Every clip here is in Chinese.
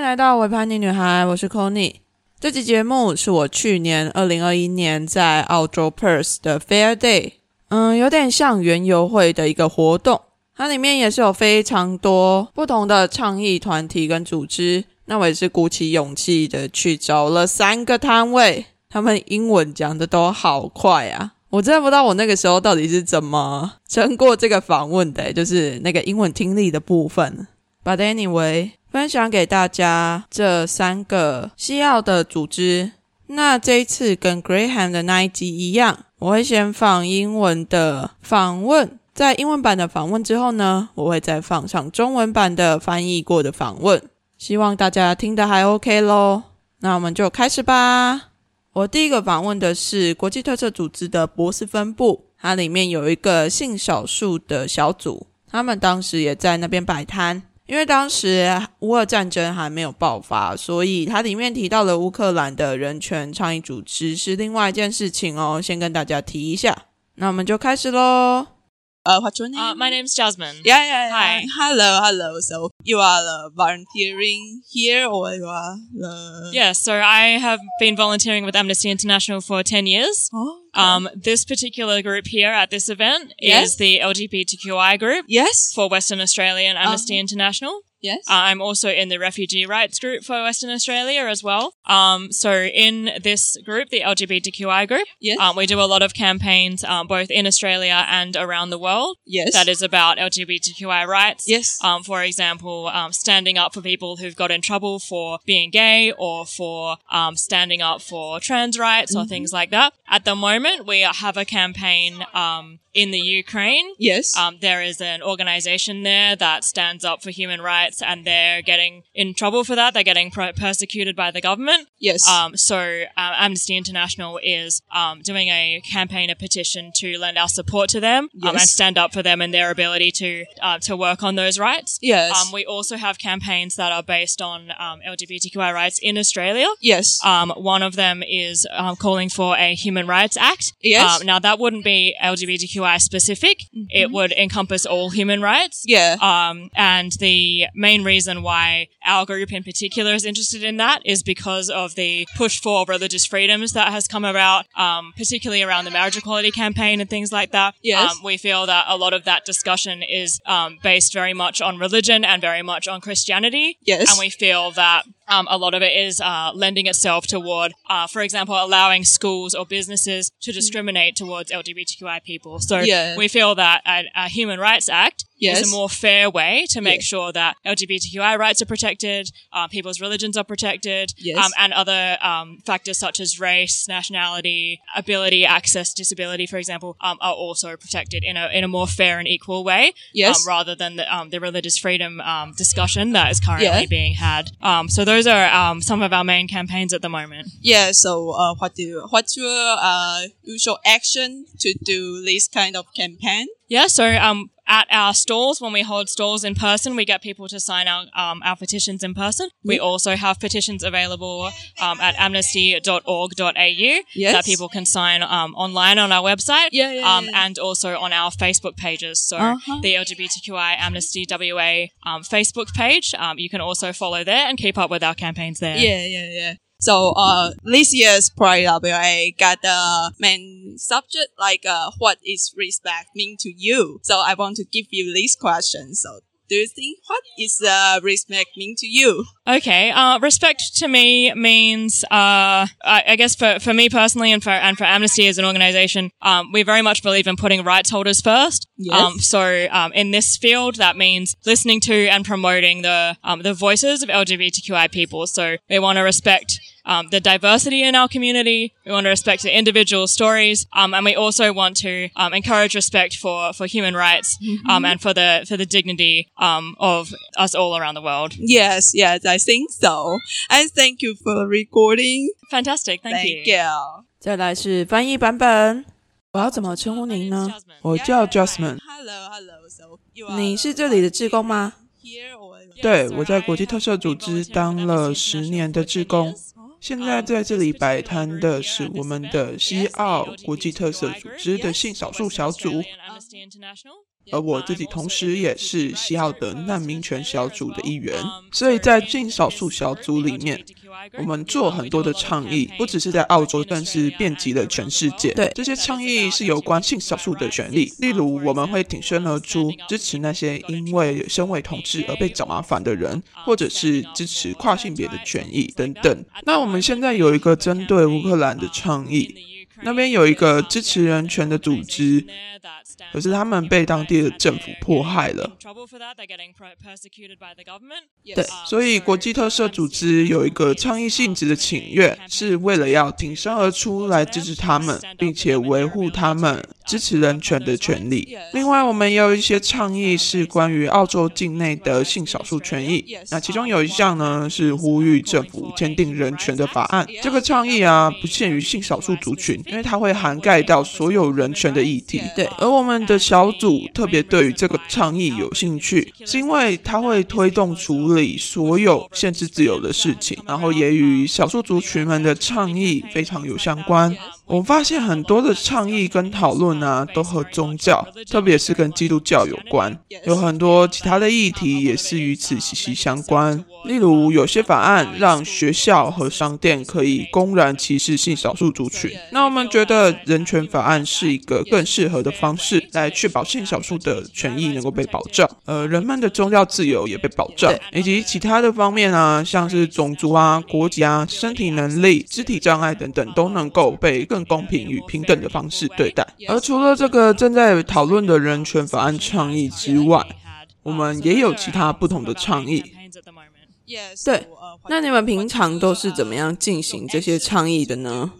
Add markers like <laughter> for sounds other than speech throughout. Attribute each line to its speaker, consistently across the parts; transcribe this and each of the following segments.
Speaker 1: 来到《维叛逆女孩》，我是 c o n y 这期节目是我去年二零二一年在澳洲 Perth 的 Fair Day，嗯，有点像园游会的一个活动。它里面也是有非常多不同的倡议团体跟组织。那我也是鼓起勇气的去找了三个摊位，他们英文讲的都好快啊！我真的不知道我那个时候到底是怎么撑过这个访问的，就是那个英文听力的部分。But anyway，分享给大家这三个西澳的组织。那这一次跟 Graham 的那一集一样，我会先放英文的访问，在英文版的访问之后呢，我会再放上中文版的翻译过的访问。希望大家听得还 OK 喽。那我们就开始吧。我第一个访问的是国际特赦组织的博斯分部，它里面有一个性少数的小组，他们当时也在那边摆摊。因为当时乌俄战争还没有爆发，所以它里面提到了乌克兰的人权倡议组织是另外一件事情哦，先跟大家提一下。那我们就开始喽。呃、uh,，What's your name?
Speaker 2: Uh, my name's Jasmine.
Speaker 1: Yeah, yeah, yeah.
Speaker 2: Hi.
Speaker 1: Hello, hello. So you are uh, volunteering here, or you are the
Speaker 2: Yeah, so I have been volunteering with Amnesty International for 10 years.
Speaker 1: Oh, okay.
Speaker 2: Um, this particular group here at this event
Speaker 1: Yes.
Speaker 2: is the LGBTQI group
Speaker 1: yes,
Speaker 2: for Western Australia and Amnesty
Speaker 1: Uh-huh.
Speaker 2: International. Uh,
Speaker 1: yes.
Speaker 2: I'm also in the refugee rights group for Western Australia as well. Um, so in this group, the LGBTQI group,
Speaker 1: Yes.
Speaker 2: um, we do a lot of campaigns um, both in Australia and around the world
Speaker 1: yes,
Speaker 2: that is about LGBTQI rights.
Speaker 1: yes.
Speaker 2: Um, for example, um, standing up for people who've got in trouble for being gay or for um, standing up for trans rights
Speaker 1: Mm-hmm.
Speaker 2: or things like that. At the moment, we have a campaign um, in the Ukraine.
Speaker 1: Yes.
Speaker 2: Um, there is an organization there that stands up for human rights and they're getting in trouble for that. They're getting pro- persecuted by the government.
Speaker 1: yes.
Speaker 2: Um, so um, Amnesty International is um, doing a campaign, a petition to lend our support to them um,
Speaker 1: Yes.
Speaker 2: and stand up for them and their ability to uh, to work on those rights.
Speaker 1: yes.
Speaker 2: Um, we also have campaigns that are based on um, LGBTQI rights in Australia.
Speaker 1: yes.
Speaker 2: Um, one of them is um, calling for a Human Rights Act.
Speaker 1: Yes. Mm-hmm.
Speaker 2: Um, now that wouldn't be LGBTQI specific. It would encompass all human rights.
Speaker 1: yeah.
Speaker 2: <laughs> Um, and the main reason why our group in particular is interested in that is because of the push for religious freedoms that has come about, um, particularly around the marriage equality campaign and things like that.
Speaker 1: Yes.
Speaker 2: Um, we feel that a lot of that discussion is um, based very much on religion and very much on Christianity.
Speaker 1: Yes.
Speaker 2: And we feel that um, a lot of it is uh, lending itself toward, uh, for example, allowing schools or businesses to discriminate towards LGBTQI people. So
Speaker 1: Yeah.
Speaker 2: we feel that a, a Human Rights Act
Speaker 1: Yes.
Speaker 2: is a more fair way to make
Speaker 1: Yeah.
Speaker 2: sure that LGBTQI rights are protected, uh, people's religions are protected,
Speaker 1: Yes.
Speaker 2: um, and other um, factors such as race, nationality, ability, access, disability, for example, um, are also protected in a, in a more fair and equal way
Speaker 1: Yes.
Speaker 2: um, rather than the, um, the religious freedom um, discussion that is currently
Speaker 1: Yeah.
Speaker 2: being had. Um, so those are um, some of our main campaigns at the moment.
Speaker 1: yeah. So, uh, what do you, what's your uh, usual action to do this kind of campaign?
Speaker 2: Yeah, so um, at our stalls, when we hold stalls in person, we get people to sign our, um, our petitions in person. We
Speaker 1: Yeah.
Speaker 2: also have petitions available um, at amnesty.org.au
Speaker 1: Yes.
Speaker 2: that people can sign um, online on our website
Speaker 1: Yeah, yeah,
Speaker 2: um,
Speaker 1: yeah.
Speaker 2: and also on our Facebook pages. So
Speaker 1: Uh-huh.
Speaker 2: the LGBTQI Amnesty WA um, Facebook page, um, you can also follow there and keep up with our campaigns there.
Speaker 1: Yeah, yeah, yeah. So, uh, this year's Pride WA got the main subject like, uh, what is respect mean to you? So, I want to give you this question. So, do you think what is uh, respect mean to you?
Speaker 2: Okay. Uh, respect to me means, uh, I, I guess for, for me personally and for, and for Amnesty as an organization, um, we very much believe in putting rights holders first.
Speaker 1: Yes.
Speaker 2: Um, so, um, in this field, that means listening to and promoting the, um, the voices of LGBTQI people. So we want to respect um, the diversity in our community. We want to respect the individual stories, um, and we also want to um, encourage respect for, for human rights um, and for the for the dignity um, of us all around the world.
Speaker 1: Yes, yes, I think so. And thank you for recording.
Speaker 2: Fantastic. Thank, you.
Speaker 1: you. 再来是翻译版本，我要怎么称呼您呢
Speaker 2: My name is Jasmine.？
Speaker 1: 我叫
Speaker 2: Yeah, yeah,
Speaker 1: Jasmine。Hello, hello. So you are 你是这里的志工吗？
Speaker 3: 对，我在国际特赦组织当了十年的志工。现在在这里摆摊的是我们的西澳国际特赦组织的性少数小组。
Speaker 4: 而呃我自己同时也是西奥德难民权小组的一员
Speaker 2: Um,，
Speaker 4: 所以在进少数小组里面，我
Speaker 2: 我
Speaker 4: 们
Speaker 2: 们
Speaker 4: 做
Speaker 2: 做
Speaker 4: 很
Speaker 2: 很
Speaker 4: 多
Speaker 2: 多
Speaker 4: 的
Speaker 2: 的
Speaker 4: 倡
Speaker 2: 倡
Speaker 4: 议
Speaker 2: 议，，
Speaker 4: 不
Speaker 2: 不
Speaker 4: 只
Speaker 2: 只
Speaker 4: 是
Speaker 2: 是
Speaker 4: 在
Speaker 2: 在
Speaker 4: 澳
Speaker 2: 澳
Speaker 4: 洲，
Speaker 2: 洲，
Speaker 4: 但
Speaker 2: 但
Speaker 4: 是
Speaker 2: 是
Speaker 4: 遍
Speaker 2: 遍
Speaker 4: 及
Speaker 2: 及
Speaker 4: 了
Speaker 2: 了
Speaker 4: 全
Speaker 2: 全
Speaker 4: 世
Speaker 2: 世
Speaker 4: 界。
Speaker 2: 界。
Speaker 3: 对
Speaker 4: 这些倡议是有关性少数的权利，例如我们会挺身而出，支持那些因为身为同志而被找麻烦的人，或者是支持跨性别的权益等等。那我们现在有一个针对乌克兰的倡议，
Speaker 2: 那边有一个支持人权的组织，
Speaker 4: 可
Speaker 2: 可
Speaker 4: 是
Speaker 2: 是
Speaker 4: 他
Speaker 2: 他
Speaker 4: 们
Speaker 2: 们
Speaker 4: 被
Speaker 2: 被
Speaker 4: 当
Speaker 2: 当
Speaker 4: 地
Speaker 2: 地
Speaker 4: 的
Speaker 2: 的
Speaker 4: 政
Speaker 2: 政
Speaker 4: 府
Speaker 2: 府
Speaker 4: 迫
Speaker 2: 迫
Speaker 4: 害
Speaker 2: 害
Speaker 4: 了
Speaker 2: 了。
Speaker 3: 对
Speaker 4: 所
Speaker 2: 所
Speaker 4: 以
Speaker 2: 以
Speaker 4: 国
Speaker 2: 国
Speaker 4: 际
Speaker 2: 际
Speaker 4: 特
Speaker 2: 特
Speaker 4: 赦
Speaker 2: 赦
Speaker 4: 组
Speaker 2: 组
Speaker 4: 织
Speaker 2: 织
Speaker 4: 有
Speaker 2: 有
Speaker 4: 一
Speaker 2: 一
Speaker 4: 个
Speaker 2: 个
Speaker 4: 倡
Speaker 2: 倡
Speaker 4: 议
Speaker 2: 议
Speaker 4: 性
Speaker 2: 性
Speaker 4: 质
Speaker 2: 质
Speaker 4: 的
Speaker 2: 的
Speaker 4: 请
Speaker 2: 请
Speaker 4: 愿
Speaker 2: 愿，
Speaker 4: 是
Speaker 2: 是
Speaker 4: 为
Speaker 2: 为
Speaker 4: 了
Speaker 2: 了
Speaker 4: 要
Speaker 2: 要
Speaker 4: 挺
Speaker 2: 挺
Speaker 4: 身
Speaker 2: 身
Speaker 4: 而
Speaker 2: 而
Speaker 4: 出
Speaker 2: 出
Speaker 4: 来
Speaker 2: 来
Speaker 4: 支
Speaker 2: 支
Speaker 4: 持
Speaker 2: 持
Speaker 4: 他
Speaker 2: 他
Speaker 4: 们
Speaker 2: 们，
Speaker 4: 并
Speaker 2: 并
Speaker 4: 且
Speaker 2: 且
Speaker 4: 维
Speaker 2: 维
Speaker 4: 护
Speaker 2: 护
Speaker 4: 他
Speaker 2: 他
Speaker 4: 们
Speaker 2: 们支
Speaker 4: 支持
Speaker 2: 持
Speaker 4: 人
Speaker 2: 人
Speaker 4: 权
Speaker 2: 权
Speaker 4: 的
Speaker 2: 的
Speaker 4: 权
Speaker 2: 权
Speaker 4: 利
Speaker 2: 利。
Speaker 4: 另外，我们也有一些倡议是关于澳洲境内的性少数权益。那其中有一项呢是呼吁政府签订人权的法案。这个倡议啊不限于性少数族群，因为它会涵盖到所有人权的议题。
Speaker 3: 对
Speaker 4: 而我们的小组特别对于这个倡议有兴趣，是因为它会推动处理所有限制自由的事情，然后也与少数族群们的倡议非常有相关。我发现很多的倡议跟讨论啊，都和宗教，特别是跟基督教有关。有很多其他的议题也是与此息息相关。例如，有些法案让学校和商店可以公然歧视性少数族群。那我们觉得人权法案是一个更适合的方式，来确保性少数的权益能够被保障，呃，人们的宗教自由也被保障，以及其他的方面啊，像是种族啊、国籍啊、身体能力、肢体障碍等等，都能够被更公平与平等的方式对待。而除了这个正在讨论的人权法案倡议之
Speaker 2: 之外
Speaker 4: 外，，
Speaker 2: 我们也有其他不同的倡议。
Speaker 3: 对，
Speaker 1: uh,
Speaker 3: 那你们平常都是怎么样进行这些倡议的呢？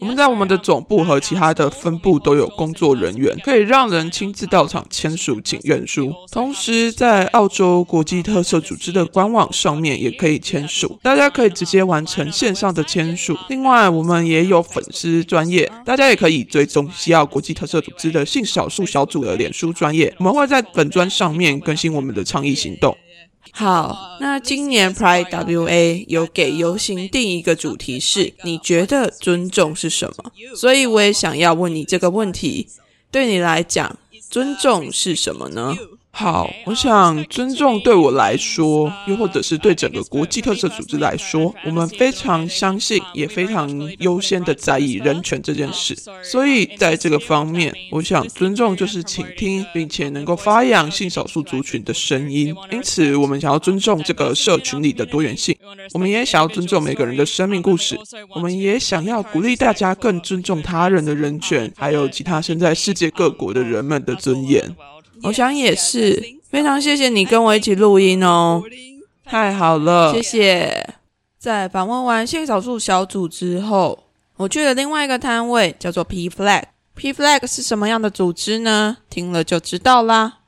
Speaker 4: 我们在我们的总部和其他的分部都有工作人员，可以让人亲自到场签署请愿书。同时，在澳洲国际特赦组织的官网上面也可以签署，大家可以直接完成线上的签署。另外，我们也有粉丝专业，大家也可以追踪西澳国际特赦组织的性少数小组的脸书专业。我们会在粉专上面更新我们的倡议行动。
Speaker 3: 好，呃那今年 Pride WA 有给游行定一个主题是，你觉得尊重是什么？所以我也想要问你这个问题，对你来讲，尊重是什么呢？
Speaker 4: 好，我想尊重对我来说，又或者是对整个国际特赦组织来说，我们非常相信，也非常优先的在意人权这件事。所以在这个方面，我想尊重就是倾听，并且能够发扬性少数族群的声音。因此，我们想要尊重这个社群里的多元性，我们也想要尊重每个人的生命故事，我们也想要鼓励大家更尊重他人的人权，还有其他身在世界各国的人们的尊严。
Speaker 3: 我想也是，非常谢谢你跟我一起录音哦。
Speaker 4: 太好了，
Speaker 3: 谢谢。在访问完性少数小组之后，我去了另外一个摊位，叫做 P Flag。P Flag 是什么样的组织呢？听了就知道啦。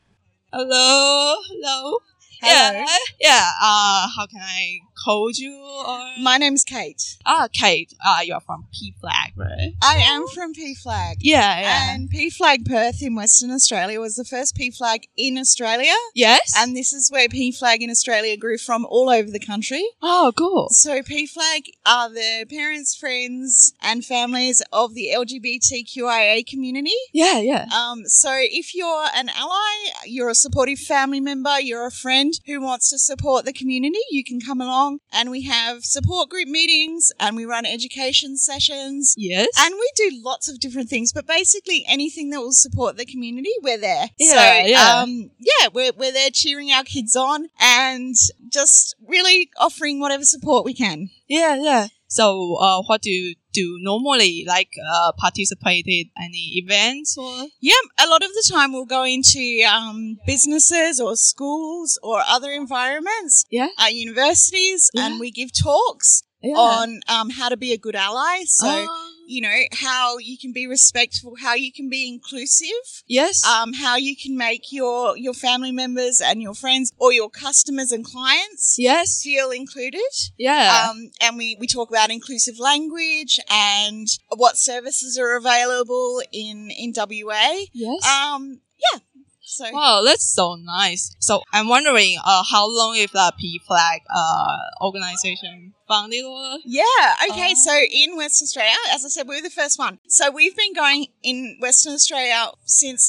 Speaker 1: Hello, hello.
Speaker 5: Hello.
Speaker 1: Yeah, uh, yeah. Uh, how can I call you? Or
Speaker 5: My name's Kate.
Speaker 1: ah, Kate. Ah, you're from P Flag, right?
Speaker 5: I am from P Flag.
Speaker 1: Yeah, yeah.
Speaker 5: And P Flag Perth in Western Australia was the first P Flag in Australia.
Speaker 1: yes.
Speaker 5: And this is where P Flag in Australia grew from all over the country.
Speaker 1: oh, cool.
Speaker 5: So P Flag are the parents, friends, and families of the LGBTQIA community.
Speaker 1: Yeah, yeah.
Speaker 5: Um, so if you're an ally, you're a supportive family member, you're a friend who wants to support the community, you can come along and we have support group meetings and we run education sessions.
Speaker 1: Yes.
Speaker 5: And we do lots of different things, but basically anything that will support the community, we're there.
Speaker 1: Yeah,
Speaker 5: so,
Speaker 1: yeah.
Speaker 5: Um, yeah, we're, we're there cheering our kids on and just really offering whatever support we can.
Speaker 1: yeah, yeah. So, uh, what do you do normally? Like, uh, participate in any events or?
Speaker 5: Yeah, a lot of the time we'll go into um, businesses or schools or other environments,
Speaker 1: Yeah.
Speaker 5: uh, universities,
Speaker 1: Yeah.
Speaker 5: and we give talks
Speaker 1: Yeah.
Speaker 5: on um, how to be a good ally. So,
Speaker 1: Ah,
Speaker 5: you know, how you can be respectful, how you can be inclusive.
Speaker 1: yes.
Speaker 5: um, how you can make your your family members and your friends or your customers and clients
Speaker 1: yes.
Speaker 5: feel included.
Speaker 1: Yeah.
Speaker 5: Um, and we, we talk about inclusive language and what services are available in in WA.
Speaker 1: yes.
Speaker 5: Um, yeah. So
Speaker 1: Wow, that's so nice. So I'm wondering, uh, how long is the P Flag uh organization founded? Or?
Speaker 5: Yeah. Okay.
Speaker 1: Oh.
Speaker 5: So in Western Australia, as I said, we were the first one. So we've been going in Western Australia since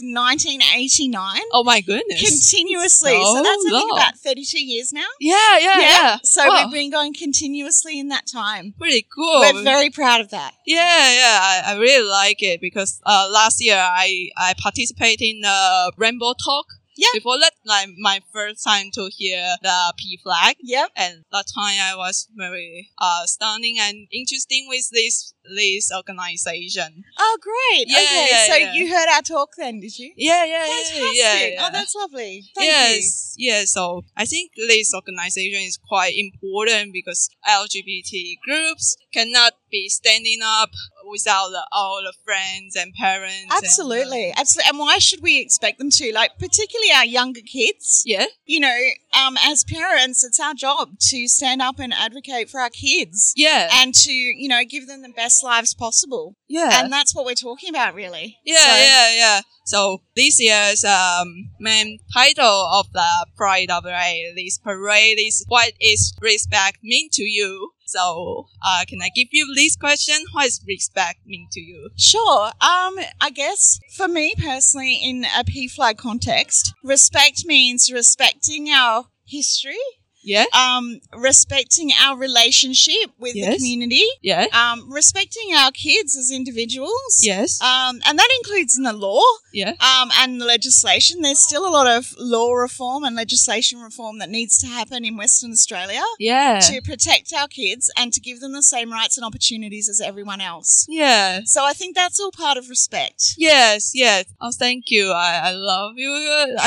Speaker 5: 1989
Speaker 1: Oh my goodness!
Speaker 5: continuously. So,
Speaker 1: So
Speaker 5: that's I think
Speaker 1: long.
Speaker 5: about 32 years now.
Speaker 1: yeah, yeah, yeah,
Speaker 5: So
Speaker 1: Wow.
Speaker 5: we've been going continuously in that time.
Speaker 1: pretty cool.
Speaker 5: We're very proud of that.
Speaker 1: Yeah, yeah, I, I really like it because uh, last year I I participated in the Rainbow Talk.
Speaker 5: Yeah.
Speaker 1: Before that, like my first time to hear the P flag,
Speaker 5: Yep.
Speaker 1: and that time I was very uh stunning and interesting with this this organization.
Speaker 5: Oh, great.
Speaker 1: Yeah,
Speaker 5: okay.
Speaker 1: yeah,
Speaker 5: so
Speaker 1: yeah.
Speaker 5: you heard our talk then, did you?
Speaker 1: Yeah, yeah,
Speaker 5: Fantastic.
Speaker 1: yeah, yeah.
Speaker 5: Oh, that's lovely. Thank you.
Speaker 1: yes, yeah. So I think this organization is quite important because LGBT groups cannot be standing up without the, all the friends and parents. and, uh,
Speaker 5: Absolutely. Absolutely. And why should we expect them to? Like, particularly our younger kids.
Speaker 1: yeah.
Speaker 5: you know, um, as parents, it's our job to stand up and advocate for our kids
Speaker 1: Yeah.
Speaker 5: and to, you know, give them the best lives possible.
Speaker 1: yeah.
Speaker 5: And that's what we're talking about, really.
Speaker 1: yeah,
Speaker 5: So-
Speaker 1: yeah, yeah. So this year's um, main title of the Pride WA, this parade is What is Respect Mean to You? So uh, can I give you this question? What is respect mean to you?
Speaker 5: Sure. Um, I guess for me personally, in a P flag context, respect means respecting our history,
Speaker 1: Yeah,
Speaker 5: um, respecting our relationship with the
Speaker 1: Yes.
Speaker 5: community,
Speaker 1: yeah,
Speaker 5: um, respecting our kids as individuals.
Speaker 1: yes,
Speaker 5: Um, and that includes in the law
Speaker 1: yeah,
Speaker 5: um, and legislation. There's still a lot of law reform and legislation reform that needs to happen in Western Australia
Speaker 1: yeah,
Speaker 5: to protect our kids and to give them the same rights and opportunities as everyone else.
Speaker 1: yeah.
Speaker 5: So I think that's all part of respect.
Speaker 1: Yes, yes. Oh, thank you. I, I love you.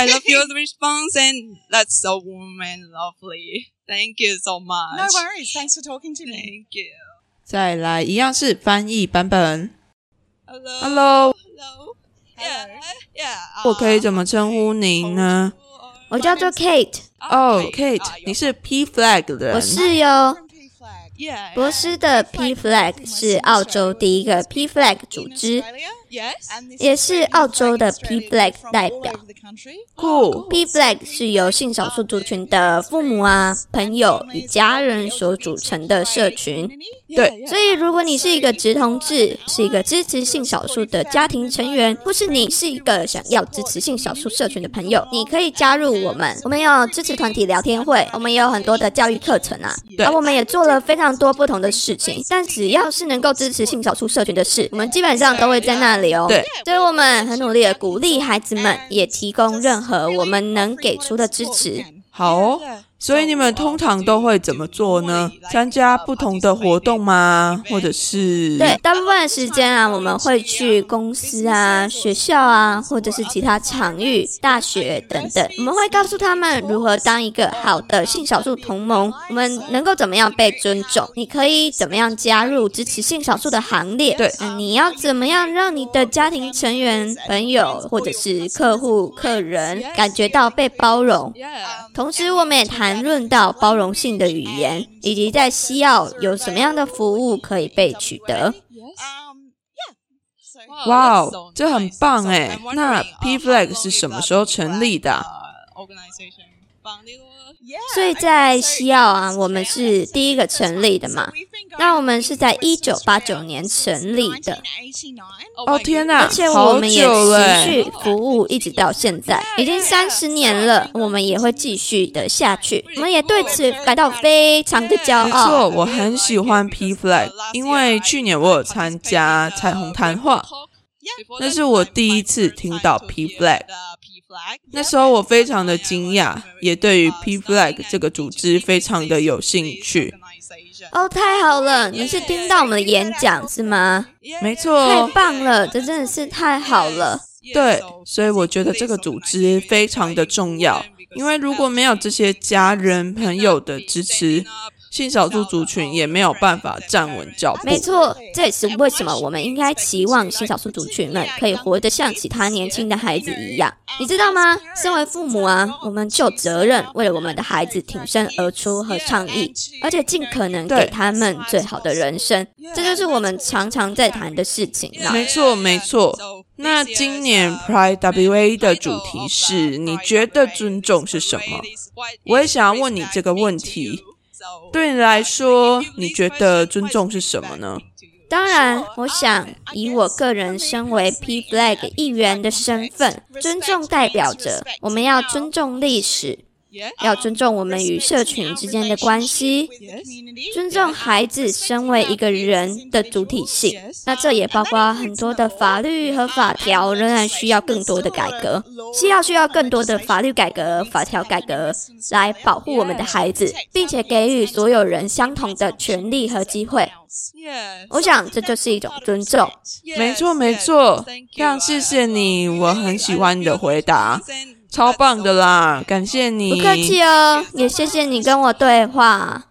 Speaker 1: I love
Speaker 3: <laughs>
Speaker 1: your response, and that's so warm and lovely. Thank you so much.
Speaker 5: No worries. Thanks for talking to me.
Speaker 1: Thank you.
Speaker 3: 再来，一样是翻译版本。
Speaker 1: Hello.
Speaker 3: Hello，
Speaker 1: Hello. Yeah. Yeah. um,
Speaker 3: 我可以怎么称呼您呢？
Speaker 6: 我叫做 Kate，
Speaker 3: 哦、k a t e 你是 P Flag 的人，
Speaker 6: 我是哟。
Speaker 5: From P Flag.
Speaker 1: Yeah.
Speaker 6: 博斯的 P Flag 是澳洲第一个 P Flag 组
Speaker 5: In
Speaker 6: 织。
Speaker 5: Australia,
Speaker 1: Yes.
Speaker 5: and this
Speaker 6: 也是
Speaker 5: is P
Speaker 6: 澳洲的
Speaker 5: Australia
Speaker 6: P flag
Speaker 5: from
Speaker 6: 代
Speaker 5: all
Speaker 6: 表
Speaker 5: over the country. Oh,
Speaker 3: Cool，
Speaker 6: P Flag 是由性少数族群的父母啊、朋友与家人所组成的社群。
Speaker 3: 对，
Speaker 6: 所以，如果你是一个直同志，是一个支持性少数的家庭成员，或是你是一个想要支持性少数社群的朋友，你可以加入我们。我们有支持团体聊天会，我们也有很多的教育课程啊，
Speaker 3: 对
Speaker 6: 而我们也做了非常多不同的事情。但只要是能够支持性少数社群的事，我们基本上都会在那里哦。
Speaker 3: 对，
Speaker 6: 所以我们很努力的鼓励孩子们，也提供任何我们能给出的支持。
Speaker 3: 好哦。所以你们通常都会怎么做呢？参加不同的活动吗？或者是
Speaker 6: 对，大部分的时间啊，我们会去公司啊、学校啊，或者是其他场域、大学等等。我们会告诉他们如何当一个好的性少数同盟，我们能够怎么样被尊重，你可以怎么样加入支持性少数的行列。
Speaker 3: 对
Speaker 6: 嗯你要怎么样让你的家庭成员、朋友或者是客户、客人感觉到被包容？
Speaker 1: Yeah.
Speaker 6: 同时，我们也谈论到包容性的语言，以及在西澳有什么样的服务可以被取得。
Speaker 1: Yes.
Speaker 5: Um, yeah. So,
Speaker 3: 哇哦
Speaker 1: uh, that's so
Speaker 3: 这很
Speaker 1: nice.
Speaker 3: 棒
Speaker 1: So
Speaker 3: 哎
Speaker 1: I'm wondering,
Speaker 3: 那
Speaker 1: uh,
Speaker 3: P
Speaker 1: how
Speaker 3: Flag
Speaker 1: long
Speaker 3: 是
Speaker 1: is
Speaker 3: 什么
Speaker 1: the
Speaker 3: 时候
Speaker 1: P
Speaker 3: 成
Speaker 1: Flag,
Speaker 3: 立的
Speaker 1: uh, organization founded?
Speaker 5: yeah.
Speaker 6: 所以
Speaker 5: okay,
Speaker 6: 在
Speaker 5: so
Speaker 6: 西澳
Speaker 5: in
Speaker 6: 啊，
Speaker 5: Australia,
Speaker 6: 我们是第一个成立的
Speaker 5: so
Speaker 6: 嘛。
Speaker 5: we've been going
Speaker 6: 那我们是在
Speaker 5: in Western
Speaker 6: 1989
Speaker 5: Australia
Speaker 6: 年
Speaker 5: since
Speaker 6: 成立的
Speaker 5: 1989
Speaker 3: 哦天哪，
Speaker 6: 而且我
Speaker 3: 好
Speaker 6: 们也
Speaker 3: 久欸
Speaker 6: 持续
Speaker 3: 嘞！
Speaker 6: 服务，一直到现在，已经三十年了。我们也会继续的下去，我们也对此感到非常的骄
Speaker 3: 没错，
Speaker 6: 傲。
Speaker 3: 我很喜欢 P Flag，因为去年我有参加彩虹谈话，那是我第一次听到 P flag 那时候我非常的惊讶，也对于 P Flag 这个组织非常的有兴趣。
Speaker 6: 哦，太好了！你是听到我们的演讲是吗？
Speaker 3: 没
Speaker 6: 太
Speaker 3: 错，
Speaker 6: 棒了，这真的是太好了。
Speaker 3: 对，所以我觉得这个组织非常的重要，因为如果没有这些家人朋友的支持，性少数族群也没有办法站稳脚步。
Speaker 6: 没错，这也是为什么我们应该期望性少数族群们可以活得像其他年轻的孩子一样。你知道吗？身为父母啊，我们就有责任为了我们的孩子挺身而出和倡议，而且尽可能给
Speaker 3: 对
Speaker 6: 他们最好的人生。这就是我们常常在谈的事情啦。
Speaker 3: 没错，没错。那今年 Pride WA 的主题是你觉得尊重是什么？我也想要问你这个问题。对你来说，你觉得尊重是什么呢？
Speaker 6: 当然，我想以我个人身为 P Flag 一员的身份，尊重代表着我们要尊重历史，
Speaker 1: 啊
Speaker 6: 要尊重我们与社群之间的关系，尊重孩子身为一个人的主体性。那这也包括很多的法律和法条仍然需要更多的改革，需要需要更多的法律改革、法条改革来保护我们的孩子，并且给予所有人相同的权利和机会。我想这就是一种尊重。
Speaker 3: 没错，没错。非常谢谢你，我很喜欢你的回答，超棒的啦！感谢你，
Speaker 6: 不客气哦，也谢谢你跟我对话。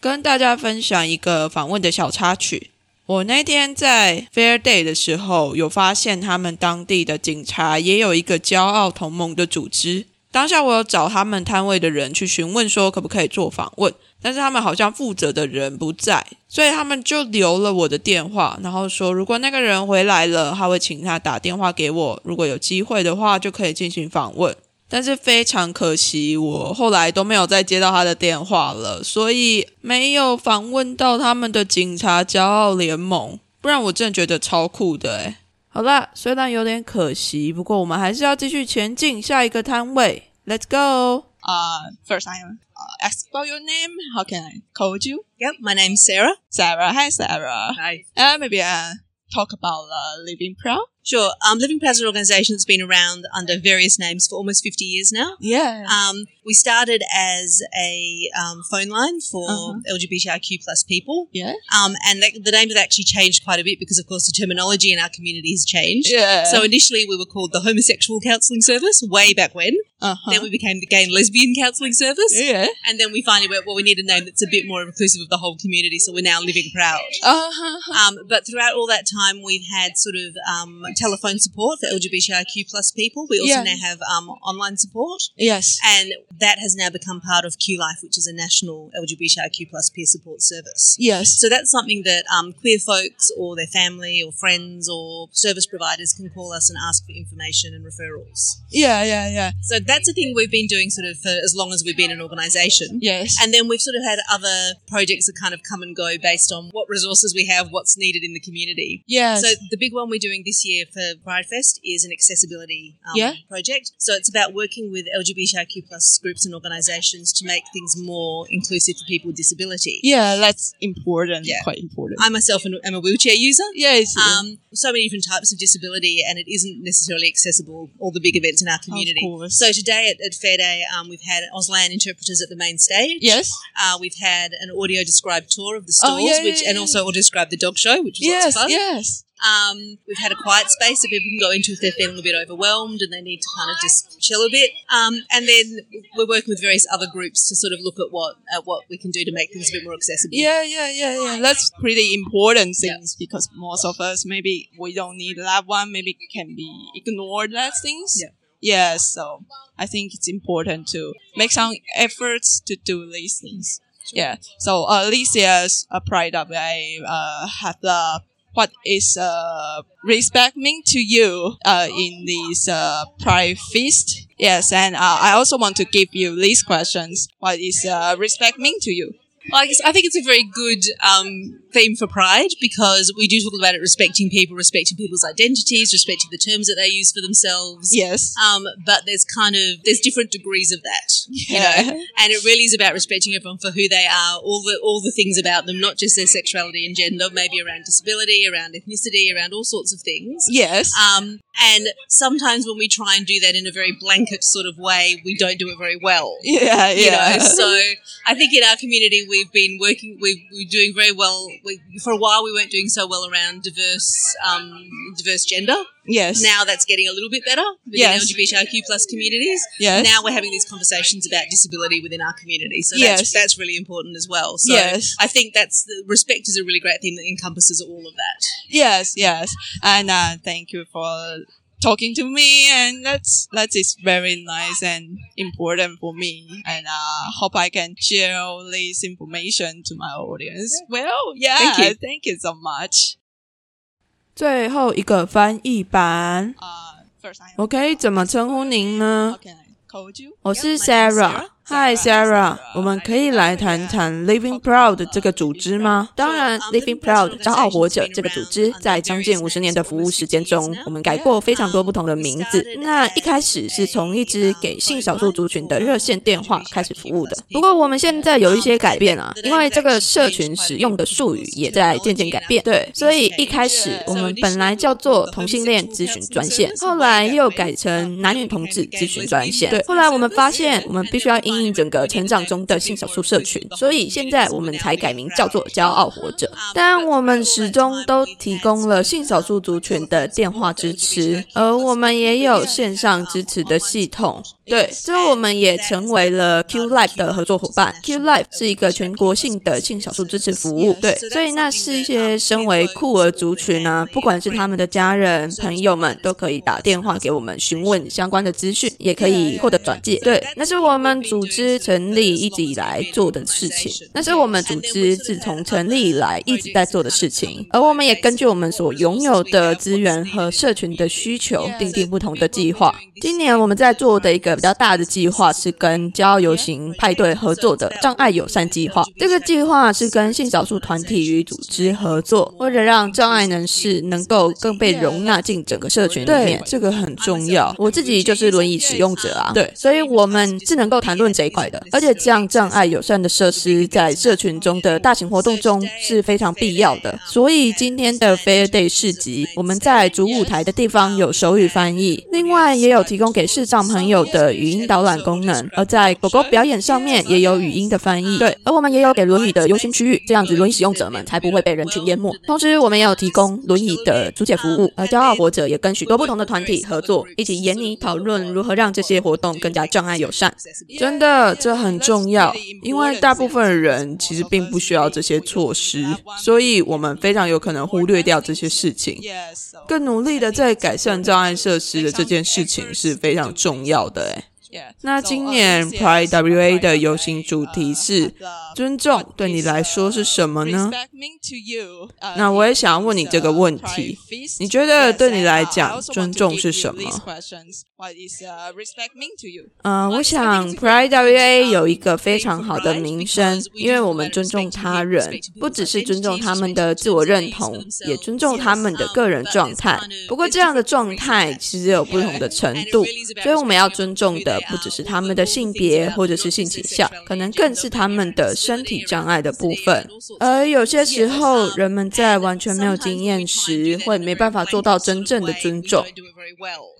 Speaker 3: 跟大家分享一个访问的小插曲。我那天在 Fair Day 的时候，有发现他们当地的警察也有一个骄傲同盟的组织。当下我有找他们摊位的人去询问说可不可以做访问，但是他们好像负责的人不在，所以他们就留了我的电话，然后说如果那个人回来了，他会请他打电话给我，如果有机会的话就可以进行访问。但是非常可惜，我后来都没有再接到他的电话了，所以没有访问到他们的警察骄傲联盟。不然我真的觉得超酷的欸诶好啦，虽然有点可惜，不过我们还是要继续前进下一个摊位，Let's go。
Speaker 1: Uh, first I am uh, asked about your name. How can I call you? Yep, my name's Sarah. Sarah, hi Sarah. Hi. Uh, maybe uh, talk about uh, Living Proud.
Speaker 7: Sure. Um, Living Proud is an organisation that's been around under various names for almost 50 years now.
Speaker 1: Yeah.
Speaker 7: Um, we started as a um, phone line for
Speaker 1: Uh-huh.
Speaker 7: LGBTIQ plus people.
Speaker 1: Yeah.
Speaker 7: Um, and that, the name has actually changed quite a bit because, of course, the terminology in our community has changed.
Speaker 1: yeah.
Speaker 7: So initially we were called the Homosexual Counselling Service way back when.
Speaker 1: uh-huh.
Speaker 7: Then we became the Gay and Lesbian Counselling Service.
Speaker 1: yeah.
Speaker 7: And then we finally went, well, we need a name that's a bit more inclusive of the whole community. So we're now Living Proud.
Speaker 1: Uh-huh.
Speaker 7: Um, but throughout all that time, we've had sort of um, telephone support for LGBTIQ plus people. We also
Speaker 1: Yeah.
Speaker 7: now have um, online support,
Speaker 1: Yes.
Speaker 7: and that has now become part of Q Life, which is a national LGBTIQ plus peer support service.
Speaker 1: Yes.
Speaker 7: So that's something that um, queer folks or their family or friends or service providers can call us and ask for information and referrals.
Speaker 1: Yeah, yeah, yeah.
Speaker 7: So that's a thing we've been doing sort of for as long as we've been an organisation.
Speaker 1: Yes.
Speaker 7: And then we've sort of had other projects that kind of come and go based on what resources we have, what's needed in the community.
Speaker 1: yes.
Speaker 7: So the big one we're doing this year for Pride Fest is an accessibility um,
Speaker 1: Yeah.
Speaker 7: project. So it's about working with LGBTIQ plus groups and organisations to make things more inclusive for people with disability.
Speaker 1: yeah, that's important.
Speaker 7: Yeah.
Speaker 1: Quite important.
Speaker 7: I myself am- am a wheelchair user.
Speaker 1: yes.
Speaker 7: Um, so many different types of disability, and it isn't necessarily accessible all the big events in our community.
Speaker 1: course.
Speaker 7: So today at, at Fair Day, um, we've had Auslan interpreters at the main stage.
Speaker 1: yes.
Speaker 7: Uh, we've had an audio described tour of the stores,
Speaker 1: Oh, yeah,
Speaker 7: which
Speaker 1: yeah,
Speaker 7: and
Speaker 1: yeah.
Speaker 7: also audio described the dog show, which was lots
Speaker 1: Yes.
Speaker 7: of fun.
Speaker 1: Yes.
Speaker 7: Um, we've had a quiet space that people can go into if they're feeling a bit overwhelmed and they need to kind of just chill a bit. Um, and then we're working with various other groups to sort of look at what at what we can do to make things a bit more accessible.
Speaker 1: Yeah, yeah, yeah, yeah. That's pretty important things because most of us maybe we don't need that one. Maybe can be ignored that things.
Speaker 7: Yeah.
Speaker 1: Yeah. So I think it's important to make some efforts to do these things. Yeah. So uh, this year's uh, Pride Up, I uh, have the what is uh, respect mean to you uh, in this uh, Pride Feast. Yes, and uh, I also want to give you these questions. What is uh, respect mean to you?
Speaker 7: I, guess, I think it's a very good um, theme for Pride because we do talk about it respecting people, respecting people's identities, respecting the terms that they use for themselves.
Speaker 1: Yes.
Speaker 7: Um, but there's kind of there's different degrees of that, you
Speaker 1: Yeah.
Speaker 7: know, and it really is about respecting everyone for who they are, all the all the things about them, not just their sexuality and gender, maybe around disability, around ethnicity, around all sorts of things.
Speaker 1: <laughs> Yes.
Speaker 7: Um, and sometimes when we try and do that in a very blanket sort of way, we don't do it very well
Speaker 1: yeah,
Speaker 7: you
Speaker 1: yeah.
Speaker 7: know so i think in our community we've been working we we're doing very well we, for a while we weren't doing so well around diverse um, diverse gender.
Speaker 1: Yes.
Speaker 7: Now that's getting a little bit better within
Speaker 1: Yes.
Speaker 7: LGBTIQ plus communities.
Speaker 1: Yes.
Speaker 7: Now we're having these conversations about disability within our community. So that's,
Speaker 1: Yes.
Speaker 7: that's really important as well. So
Speaker 1: Yes.
Speaker 7: I think that's the, respect is a really great thing that encompasses all of that.
Speaker 1: Yes, yes. And uh, thank you for talking to me and that's that is very nice and important for me and uh hope I can share all this information to my audience. Well, yeah.
Speaker 7: Thank you.
Speaker 1: Thank you so much.
Speaker 3: 最后一个翻译版，
Speaker 1: Uh first I
Speaker 3: 我可以怎么称呼您呢
Speaker 1: How can I call you?
Speaker 3: 我是
Speaker 1: Yeah, my name is
Speaker 3: Sarah。嗨
Speaker 1: Sarah，
Speaker 3: ，Sarah，
Speaker 1: Sarah
Speaker 3: 我们可以来谈谈 Living Proud 这个组织吗？当然，Living Proud 骄傲活着这个组织在将近五十年的服务时间中，我们改过非常多不同的名字。那一开始是从一支给性少数族群的热线电话开始服务的，不过我们现在有一些改变啊，因为这个社群使用的术语也在渐渐改变。对，所以一开始我们本来叫做同性恋咨询专线，后来又改成男女同志咨询专线。对，后来我们发现我们必须要因应整个成长中的性少数社群，所以现在我们才改名叫做“骄傲活着”。但我们始终都提供了性少数族群的电话支持，而我们也有线上支持的啊系统。对，之后我们也成为了 Q Life 的合作伙伴。Q Life 是一个全国性的性少数支持服务，对，所以那是一些身为酷儿族群啊，不管是他们的家人、朋友们，都可以打电话给我们询问相关的资讯，也可以获得转介。对，那是我们组织成立一直以来做的事情，那是我们组织自从成立以来一直在做的事情，而我们也根据我们所拥有的资源和社群的需求，定定不同的计划。今年我们在做的一个比较大的计划是跟骄傲游行派对合作的障碍友善计划。这个计划是跟性少数团体与组织合作，为了让障碍人士能够更被容纳进整个社群里面
Speaker 4: 对，。这个很重要。
Speaker 3: 我自己就是轮椅使用者啊，
Speaker 4: 对
Speaker 3: 所以我们是能够谈论这一块的。而且这样障碍友善的设施在社群中的大型活动中是非常必要的。所以今天的 Fair Day 市集，我们在主舞台的地方有手语翻译，另外也有提供给视障朋友的语音导览功能，而在狗狗表演上面也有语音的翻译。对，而我们也有给轮椅的优先区域，这样子轮椅使用者们才不会被人群淹没。同时，我们也有提供轮椅的租借服务，而骄傲活者也跟许多不同的团体合作，一起研拟讨论如何让这些活动更加障碍友善。
Speaker 4: 真的，这很重要，因为大部分人其实并不需要这些措施，所以我们非常有可能忽略掉这些事情。
Speaker 1: Yes. so-
Speaker 4: 更努力的在改善障碍设施的这件事情是非常重要的。哎，
Speaker 1: Yeah.
Speaker 4: 那
Speaker 1: So,
Speaker 4: 今
Speaker 1: uh,
Speaker 4: 年
Speaker 1: this year
Speaker 4: Pride
Speaker 1: is, uh,
Speaker 4: WA 的
Speaker 1: Pride
Speaker 4: 游
Speaker 1: WA,
Speaker 4: 行主题
Speaker 1: uh,
Speaker 4: 是
Speaker 1: the-
Speaker 4: 尊重对你来说是什么呢？
Speaker 1: uh, Respect mean to you, uh,
Speaker 4: 那我也想要问你这个问题
Speaker 1: pride feast.
Speaker 4: 你觉得对你来
Speaker 1: Yes, and, uh,
Speaker 4: 讲
Speaker 1: I also want to
Speaker 4: 尊重是什么
Speaker 1: give you these questions. What is, uh, respect mean to you?
Speaker 3: 嗯，我想 Pride WA 有一个非常好的名声，因为我们尊重他人，不只是尊重他们的自我认同，也尊重他们
Speaker 1: Um,
Speaker 3: 的个人状态。不过这样的状态其实有不同的程度，所以我们要尊重的不只是他们的性别或者是性倾向，可能更是他们的身体障碍的部分。而有些时候，人们在完全没有经验时，会没办法做到真正的尊重。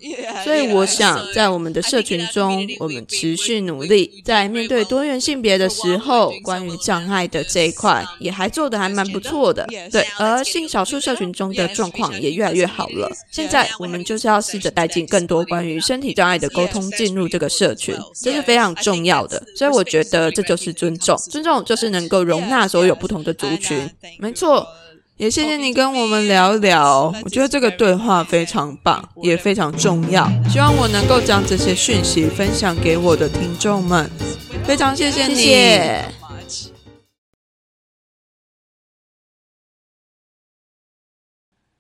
Speaker 1: Yeah,
Speaker 3: 所以
Speaker 1: yeah.
Speaker 3: 我想，在我们的社群中，我们持续努力，在面对多元性别的时候，关于障碍的这一块，也还做得还蛮不错的。对，而性少数社群中的状况也越来越好了。现在我们就是要试着带进更多关于身体障碍的沟通进入这个社群，这是非常重要的。所以我觉得这就是尊重，尊重就是能够容纳所有不同的族
Speaker 1: And,
Speaker 3: 群
Speaker 1: uh,。thank you
Speaker 3: 没错，
Speaker 4: 也谢谢你跟我们聊一聊，我觉得这个对话非常
Speaker 3: 啊
Speaker 4: 棒，也非常重要。希望我能够将这些讯息分享给我的听众们，非常谢谢
Speaker 3: 谢
Speaker 4: 你。
Speaker 3: 谢。
Speaker 1: so much.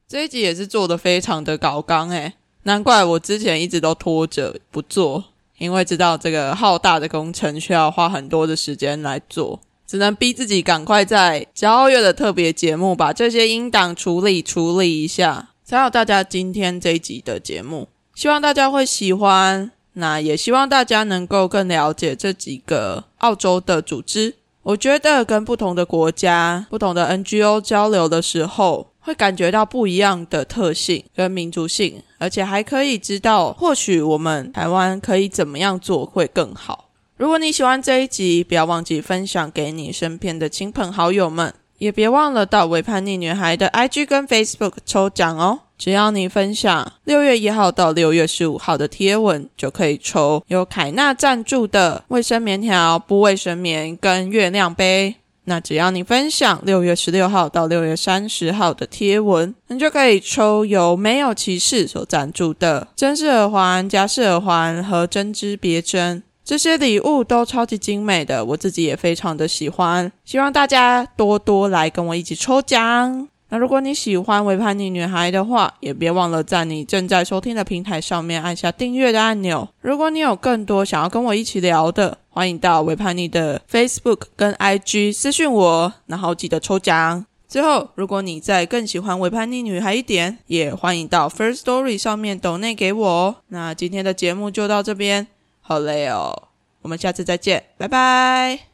Speaker 3: 这一集也是做的非常的搞纲诶，难怪我之前一直都拖着不做，因为知道这个浩大的工程需要花很多的时间来做，只能逼自己赶快在骄傲月的特别节目把这些音档处理处理一下，才有大家今天这一集的节目。希望大家会喜欢，那也希望大家能够更了解这几个澳洲的组织。我觉得跟不同的国家、不同的 NGO 交流的时候，会感觉到不一样的特性跟民族性，而且还可以知道，或许我们台湾可以怎么样做会更好。如果你喜欢这一集，不要忘记分享给你身边的亲朋好友们。
Speaker 1: 也别忘了到伪叛逆女孩的 IG 跟 Facebook 抽奖哦。只要你分享六月一号到六月十五号的贴文，就可以抽由凯纳赞助的卫生棉条、不卫生棉跟月亮杯。那只要你分享六月十六号到六月三十号的贴文，你就可以抽由没有骑士所赞助的真饰耳环、夹式耳环和针织别针。这些礼物都超级精美的，我自己也非常的喜欢，希望大家多多来跟我一起抽奖。那如果你喜欢《维叛逆女孩》的话，也别忘了在你正在收听的平台上面按下订阅的按钮。如果你有更多想要跟我一起聊的，欢迎到《维叛逆》的 Facebook 跟 IG 私讯我，然后记得抽奖。最后，如果你再更喜欢《维叛逆女孩》一点，也欢迎到 First Story 上面抖内给我哦。那今天的节目就到这边，好累哦，我们下次再见，拜拜。